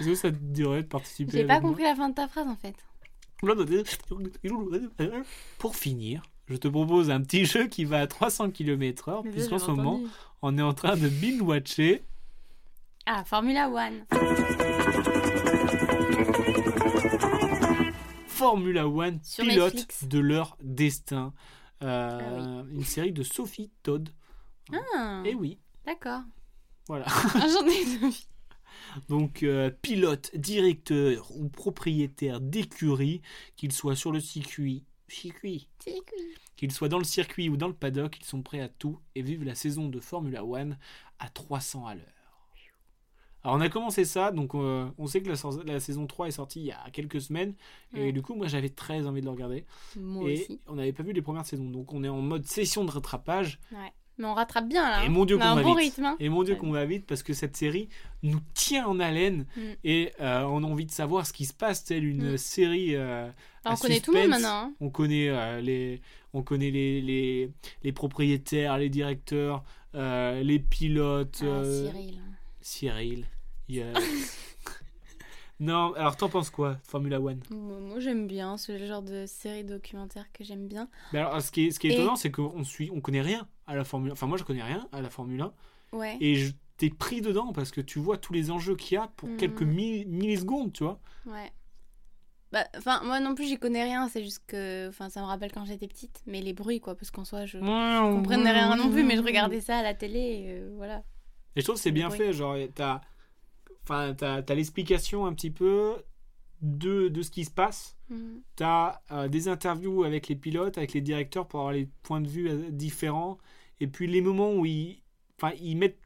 Speaker 3: Est-ce que ça te dirait de participer
Speaker 4: J'ai pas
Speaker 3: avec moi
Speaker 4: compris la fin de ta phrase en fait.
Speaker 3: Pour finir, je te propose un petit jeu qui va à 300 km/h,
Speaker 4: Mais ça,
Speaker 3: puisqu'en
Speaker 4: j'avais
Speaker 3: ce moment,
Speaker 4: entendu.
Speaker 3: on est en train de binge-watcher...
Speaker 4: Ah, Formula One.
Speaker 3: Formula One,
Speaker 4: Sur
Speaker 3: pilote
Speaker 4: Netflix.
Speaker 3: de leur destin. Euh, Une série de Sophie Todd.
Speaker 4: Ah,
Speaker 3: Et oui,
Speaker 4: D'accord.
Speaker 3: Voilà.
Speaker 4: [laughs] Ah, J'en ai deux.
Speaker 3: [laughs] donc euh, pilote, directeur ou propriétaire d'écurie, qu'il soit sur le circuit, circuit,
Speaker 4: Petit couille.
Speaker 3: qu'il soit dans le circuit ou dans le paddock, ils sont prêts à tout et vivent la saison de Formula One à 300 à l'heure. Alors on a commencé ça, donc euh, on sait que la, sa- la saison 3 est sortie il y a quelques semaines, et
Speaker 4: Ouais.
Speaker 3: du coup moi j'avais très envie de le regarder,
Speaker 4: Moi
Speaker 3: et
Speaker 4: aussi.
Speaker 3: on n'avait pas vu les premières saisons, donc on est en mode session de rattrapage,
Speaker 4: Ouais. Mais on rattrape bien là.
Speaker 3: Et
Speaker 4: hein.
Speaker 3: mon Dieu
Speaker 4: on a
Speaker 3: qu'on
Speaker 4: un
Speaker 3: va
Speaker 4: bon
Speaker 3: vite.
Speaker 4: rythme. hein.
Speaker 3: Et mon Dieu
Speaker 4: Ouais.
Speaker 3: qu'on va vite parce que cette série nous tient en haleine
Speaker 4: Mm.
Speaker 3: et euh, on a envie de savoir ce qui se passe, telle une
Speaker 4: Mm.
Speaker 3: série. euh,
Speaker 4: Enfin, on
Speaker 3: à
Speaker 4: connaît tout le monde
Speaker 3: suspense.
Speaker 4: maintenant. hein.
Speaker 3: on connaît euh, les, on connaît les, les, les propriétaires, les directeurs, euh, les pilotes.
Speaker 4: Ah,
Speaker 3: euh,
Speaker 4: Cyril.
Speaker 3: Cyril. Yeah. [laughs] non, alors t'en penses quoi, Formula One
Speaker 4: Moi, moi, j'aime bien. C'est le genre de série documentaire que j'aime bien.
Speaker 3: Mais alors, ce qui est, ce qui est
Speaker 4: Et-
Speaker 3: étonnant, c'est qu'on suit, on connaît rien à la Formule. Enfin, moi, je connais rien à la Formule 1.
Speaker 4: Ouais.
Speaker 3: et je t'ai pris dedans parce que tu vois tous les enjeux qu'il y a pour
Speaker 4: Mhm.
Speaker 3: quelques mi- millisecondes, tu vois.
Speaker 4: Ouais. Bah, enfin, moi non plus, j'y connais rien. C'est juste que. Enfin, ça me rappelle quand j'étais petite. Mais les bruits, quoi. Parce qu'en soi, je.
Speaker 3: On
Speaker 4: comprenais rien non plus, mais je regardais ça à la télé, et, euh, voilà.
Speaker 3: Et je trouve que c'est bien
Speaker 4: Oui.
Speaker 3: fait, genre t'as, enfin t'as, t'as l'explication un petit peu de, de ce qui se passe.
Speaker 4: Mm.
Speaker 3: T'as euh, des interviews avec les pilotes, avec les directeurs pour avoir les points de vue euh, différents. Et puis les moments où ils, enfin ils mettent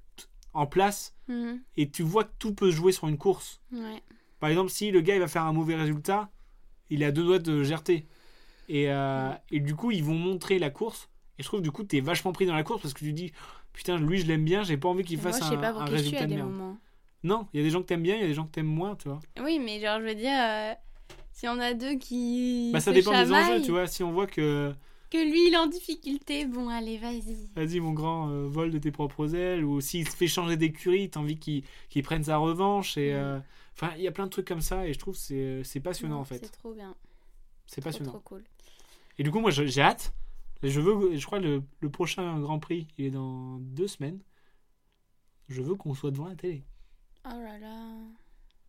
Speaker 3: en place
Speaker 4: Mhm.
Speaker 3: et tu vois que tout peut se jouer sur une course.
Speaker 4: Ouais.
Speaker 3: Par exemple, si le gars il va faire un mauvais résultat, il a deux doigts de gerté. Et, euh, et du coup, ils vont montrer la course. Et je trouve, du coup, t'es vachement pris dans la course parce que tu dis Putain, lui, je l'aime bien, j'ai pas envie qu'il
Speaker 4: Et Moi,
Speaker 3: fasse
Speaker 4: je
Speaker 3: hein, un,
Speaker 4: sais pas pour
Speaker 3: un
Speaker 4: qui je suis
Speaker 3: résultat
Speaker 4: à
Speaker 3: de
Speaker 4: des
Speaker 3: merde.
Speaker 4: moments.
Speaker 3: Non, il y a des gens que t'aimes bien, il y a des gens que t'aimes moins, tu vois.
Speaker 4: Oui, mais genre, je veux dire, euh, si on a deux qui.
Speaker 3: bah, ça
Speaker 4: se
Speaker 3: dépend des enjeux,
Speaker 4: chamaillent,
Speaker 3: tu vois. Si on voit que,
Speaker 4: Que lui, il est en difficulté, bon, allez, vas-y.
Speaker 3: vas-y, mon grand, euh, vole de tes propres ailes, ou s'il se fait changer d'écurie, t'as envie qu'il qu'il prenne sa revanche. Et,
Speaker 4: Mm.
Speaker 3: euh, Enfin, il y a plein de trucs comme ça, et je trouve que c'est c'est passionnant,
Speaker 4: Non,
Speaker 3: en fait.
Speaker 4: C'est trop bien.
Speaker 3: C'est
Speaker 4: Trop,
Speaker 3: passionnant.
Speaker 4: trop cool.
Speaker 3: Et du coup, moi, je- j'ai hâte. Je veux, je crois, le, le prochain Grand Prix, il est dans deux semaines. Je veux qu'on soit devant la télé
Speaker 4: Oh là là.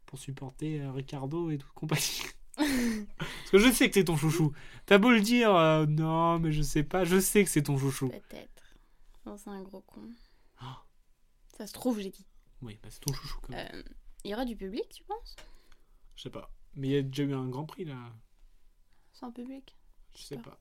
Speaker 3: pour supporter euh, Ricardo et toute compagnie. [laughs] Parce que je sais que c'est ton chouchou. T'as beau le dire, euh, non, mais je sais pas, je sais que c'est ton chouchou.
Speaker 4: Peut-être. Non, c'est un gros con.
Speaker 3: Ah.
Speaker 4: Ça se trouve, j'ai dit.
Speaker 3: Oui, bah, c'est ton chouchou quand même.
Speaker 4: Euh, il y aura du public, tu penses
Speaker 3: Je sais pas. Mais il y a déjà eu un Grand Prix là.
Speaker 4: Sans public
Speaker 3: Je sais pas.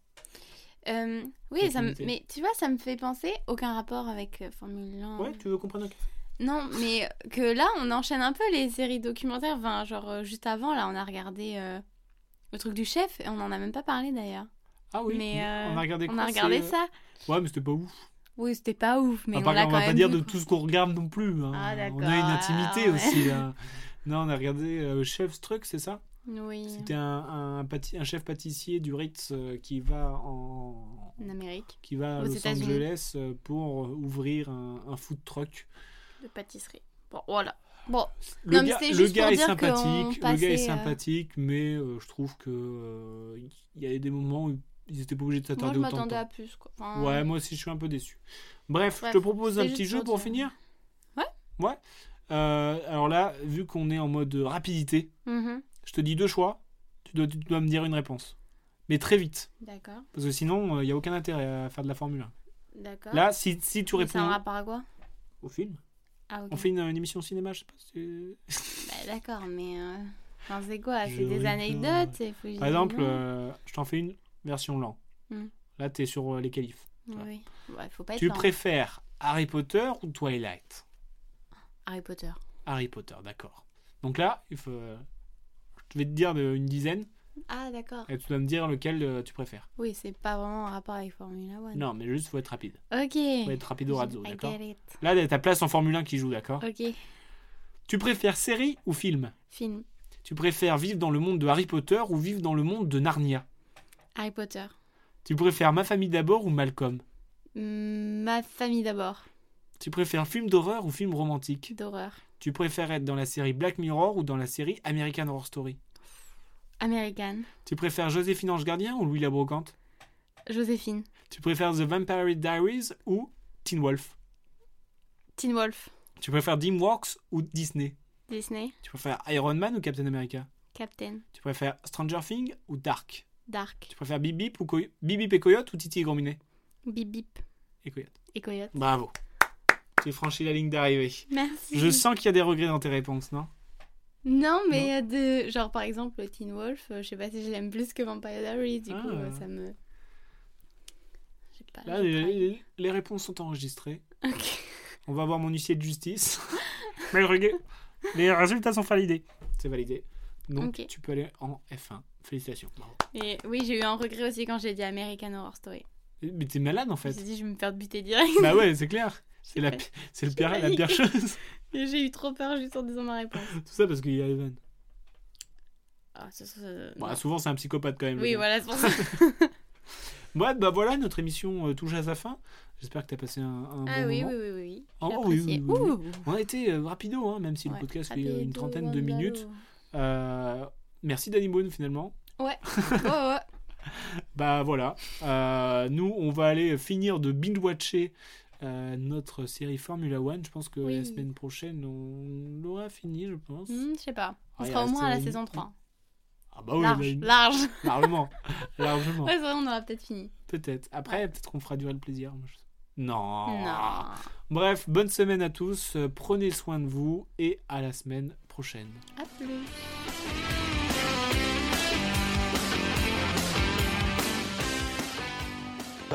Speaker 4: Euh, oui,
Speaker 3: Peut-être
Speaker 4: ça me-
Speaker 3: limité.
Speaker 4: mais tu vois, ça me fait penser, aucun rapport avec euh, Formule 1.
Speaker 3: Ouais, tu veux qu'on prenne un café
Speaker 4: Non, mais euh, que là, on enchaîne un peu les séries documentaires. Enfin, genre, euh, juste avant, là, on a regardé euh, le truc du chef, et on en a même pas parlé d'ailleurs.
Speaker 3: Ah oui.
Speaker 4: mais euh,
Speaker 3: on a regardé
Speaker 4: on
Speaker 3: quoi,
Speaker 4: a regardé
Speaker 3: c'est- euh,
Speaker 4: ça.
Speaker 3: Ouais, mais c'était pas ouf.
Speaker 4: Oui, c'était pas ouf, mais
Speaker 3: Ah,
Speaker 4: on
Speaker 3: par
Speaker 4: l'a
Speaker 3: contre,
Speaker 4: quand
Speaker 3: on va pas
Speaker 4: même
Speaker 3: dire
Speaker 4: vu,
Speaker 3: de
Speaker 4: quoi.
Speaker 3: tout ce qu'on regarde non plus. hein.
Speaker 4: Ah,
Speaker 3: on a une
Speaker 4: d'accord,
Speaker 3: intimité
Speaker 4: ouais.
Speaker 3: aussi.
Speaker 4: [laughs]
Speaker 3: hein. Non, on a regardé euh, Chef's Truck, c'est ça
Speaker 4: Oui,
Speaker 3: C'était un, un, pâti- un chef pâtissier du Ritz euh, qui va en
Speaker 4: en Amérique,
Speaker 3: qui va à
Speaker 4: Aux
Speaker 3: Los
Speaker 4: États-Unis.
Speaker 3: Angeles euh, pour ouvrir un, un food truck.
Speaker 4: de pâtisserie. Bon, voilà. Bon,
Speaker 3: Le
Speaker 4: Non, mais
Speaker 3: gars,
Speaker 4: c'était
Speaker 3: le
Speaker 4: juste
Speaker 3: gars
Speaker 4: pour
Speaker 3: est
Speaker 4: dire qu'on
Speaker 3: sympathique, le gars
Speaker 4: passait,
Speaker 3: est
Speaker 4: euh,
Speaker 3: sympathique, mais euh, je trouve que euh, il y a des moments où ils étaient pas obligés de
Speaker 4: Moi,
Speaker 3: s'attarder
Speaker 4: je
Speaker 3: autant de
Speaker 4: m'attendais à
Speaker 3: temps.
Speaker 4: plus, quoi. Enfin,
Speaker 3: Ouais, moi aussi, je suis un peu déçu. Bref,
Speaker 4: Bref,
Speaker 3: je te propose un
Speaker 4: c'est
Speaker 3: petit
Speaker 4: juste
Speaker 3: jeu
Speaker 4: pour
Speaker 3: pour
Speaker 4: dire.
Speaker 3: finir
Speaker 4: Ouais.
Speaker 3: Ouais. Euh, alors là, vu qu'on est en mode rapidité,
Speaker 4: mhm,
Speaker 3: je te dis deux choix. Tu dois, tu dois me dire une réponse. Mais très vite.
Speaker 4: D'accord,
Speaker 3: Parce que sinon, il n'y a aucun intérêt à faire de la Formule 1.
Speaker 4: d'accord.
Speaker 3: Là, si, si tu
Speaker 4: Mais C'est un
Speaker 3: réponds
Speaker 4: rapport à quoi
Speaker 3: au film,
Speaker 4: Ah, ok.
Speaker 3: on fait une, une émission cinéma, je sais pas si tu-
Speaker 4: Bah, d'accord, mais. euh, enfin, c'est quoi
Speaker 3: Je
Speaker 4: C'est des
Speaker 3: rigole.
Speaker 4: anecdotes et faut que je
Speaker 3: Par
Speaker 4: dise
Speaker 3: exemple,
Speaker 4: non.
Speaker 3: euh, je t'en fais une version lent.
Speaker 4: Hmm.
Speaker 3: Là, tu es sur euh, les qualifs.
Speaker 4: Oui. Ouais, faut pas être
Speaker 3: Tu
Speaker 4: lent.
Speaker 3: préfères Harry Potter ou Twilight
Speaker 4: Harry Potter.
Speaker 3: Harry Potter, d'accord. Donc là, il faut... euh, je vais te dire de- une dizaine
Speaker 4: Ah, d'accord.
Speaker 3: et tu dois me dire lequel euh, tu préfères.
Speaker 4: Oui, c'est pas vraiment en rapport avec Formula One.
Speaker 3: Non, mais juste, faut être rapide.
Speaker 4: Ok.
Speaker 3: Faut être rapido razzo,
Speaker 4: I
Speaker 3: d'accord
Speaker 4: get it.
Speaker 3: Là, t'as ta place en Formule 1 qui joue, d'accord
Speaker 4: Ok.
Speaker 3: Tu préfères série ou film
Speaker 4: Film.
Speaker 3: Tu préfères vivre dans le monde de Harry Potter ou vivre dans le monde de Narnia
Speaker 4: Harry Potter.
Speaker 3: Tu préfères Ma famille d'abord ou Malcolm
Speaker 4: Hmm, Ma famille d'abord.
Speaker 3: Tu préfères film d'horreur ou film romantique
Speaker 4: D'horreur.
Speaker 3: Tu préfères être dans la série Black Mirror ou dans la série American Horror Story
Speaker 4: Américaine.
Speaker 3: Tu préfères Joséphine Ange Gardien ou Louis la Brocante
Speaker 4: Joséphine.
Speaker 3: Tu préfères The Vampire Diaries ou Teen Wolf
Speaker 4: Teen Wolf.
Speaker 3: Tu préfères DreamWorks ou Disney
Speaker 4: Disney.
Speaker 3: Tu préfères Iron Man ou Captain America
Speaker 4: Captain.
Speaker 3: Tu préfères Stranger Things ou Dark
Speaker 4: Dark.
Speaker 3: Tu préfères Bip Bip, ou Coy- Bip Bip et Coyote ou Titi et Grand Minet
Speaker 4: Bip bip.
Speaker 3: Et Coyote.
Speaker 4: Et Coyote.
Speaker 3: Bravo. Tu franchi la ligne d'arrivée.
Speaker 4: Merci. [laughs]
Speaker 3: Je sens qu'il y a des regrets dans tes réponses, non
Speaker 4: Non, mais euh, de... genre par exemple le Teen Wolf, euh, je sais pas si je l'aime plus que Vampire Diaries, du coup
Speaker 3: Ah.
Speaker 4: euh, ça me. Je sais pas.
Speaker 3: Là,
Speaker 4: Ah, je
Speaker 3: les,
Speaker 4: travaille.
Speaker 3: les- les réponses sont enregistrées.
Speaker 4: [laughs] Ok.
Speaker 3: On va voir mon huissier de justice. [laughs] Mais le regret- les résultats sont validés. C'est validé. Donc,
Speaker 4: Ok.
Speaker 3: tu peux aller en F1. Félicitations.
Speaker 4: [laughs]
Speaker 3: Bravo.
Speaker 4: Et oui, j'ai eu un regret aussi quand j'ai dit American Horror Story.
Speaker 3: Mais t'es malade en
Speaker 4: Je
Speaker 3: fait.
Speaker 4: me [laughs] suis dit, je vais me faire buter direct.
Speaker 3: bah ouais, c'est clair. C'est
Speaker 4: [laughs]
Speaker 3: la,
Speaker 4: pas-
Speaker 3: pi- c'est le pire, la
Speaker 4: failli.
Speaker 3: pire chose. [laughs]
Speaker 4: Et J'ai eu trop peur juste en disant ma réponse.
Speaker 3: Tout ça parce qu'il y a Evan.
Speaker 4: Ah, ça, ça, ça-
Speaker 3: Bon,
Speaker 4: non.
Speaker 3: Bah, souvent, c'est un psychopathe quand même. le
Speaker 4: oui,
Speaker 3: gars.
Speaker 4: voilà, c'est pour
Speaker 3: [laughs]
Speaker 4: ça.
Speaker 3: Ouais, bah voilà, notre émission euh, touche à sa fin. J'espère que t'as passé un, un
Speaker 4: ah
Speaker 3: bon
Speaker 4: oui,
Speaker 3: moment.
Speaker 4: oui, oui, oui.
Speaker 3: Oh,
Speaker 4: J'ai
Speaker 3: oui,
Speaker 4: apprécié.
Speaker 3: oui, oui, oui.
Speaker 4: Ouh.
Speaker 3: On a été euh, rapido, hein, même si
Speaker 4: Ouais,
Speaker 3: le podcast fait euh, une
Speaker 4: rapido,
Speaker 3: trentaine de
Speaker 4: Wandalo.
Speaker 3: minutes. Euh, merci Danny Boone finalement.
Speaker 4: Ouais, ouais.
Speaker 3: Bah voilà, Euh, nous on va aller finir de binge-watcher euh, notre série Formula One. Je pense que
Speaker 4: Oui.
Speaker 3: la semaine prochaine on l'aura fini, je pense.
Speaker 4: Hmm, je sais pas. On
Speaker 3: Ah, il
Speaker 4: sera au
Speaker 3: reste
Speaker 4: moins à la
Speaker 3: une-
Speaker 4: saison 3.
Speaker 3: Ah bah oui, bah,
Speaker 4: large,
Speaker 3: une-
Speaker 4: large. [laughs]
Speaker 3: largement, [laughs] largement,
Speaker 4: Ouais, c'est vrai, on aura peut-être fini.
Speaker 3: peut-être. Après, peut-être qu'on fera durer le plaisir. moi, je sais. Non.
Speaker 4: Non.
Speaker 3: Bref, bonne semaine à tous, euh, prenez soin de vous et à la semaine prochaine.
Speaker 4: À plus.
Speaker 5: Je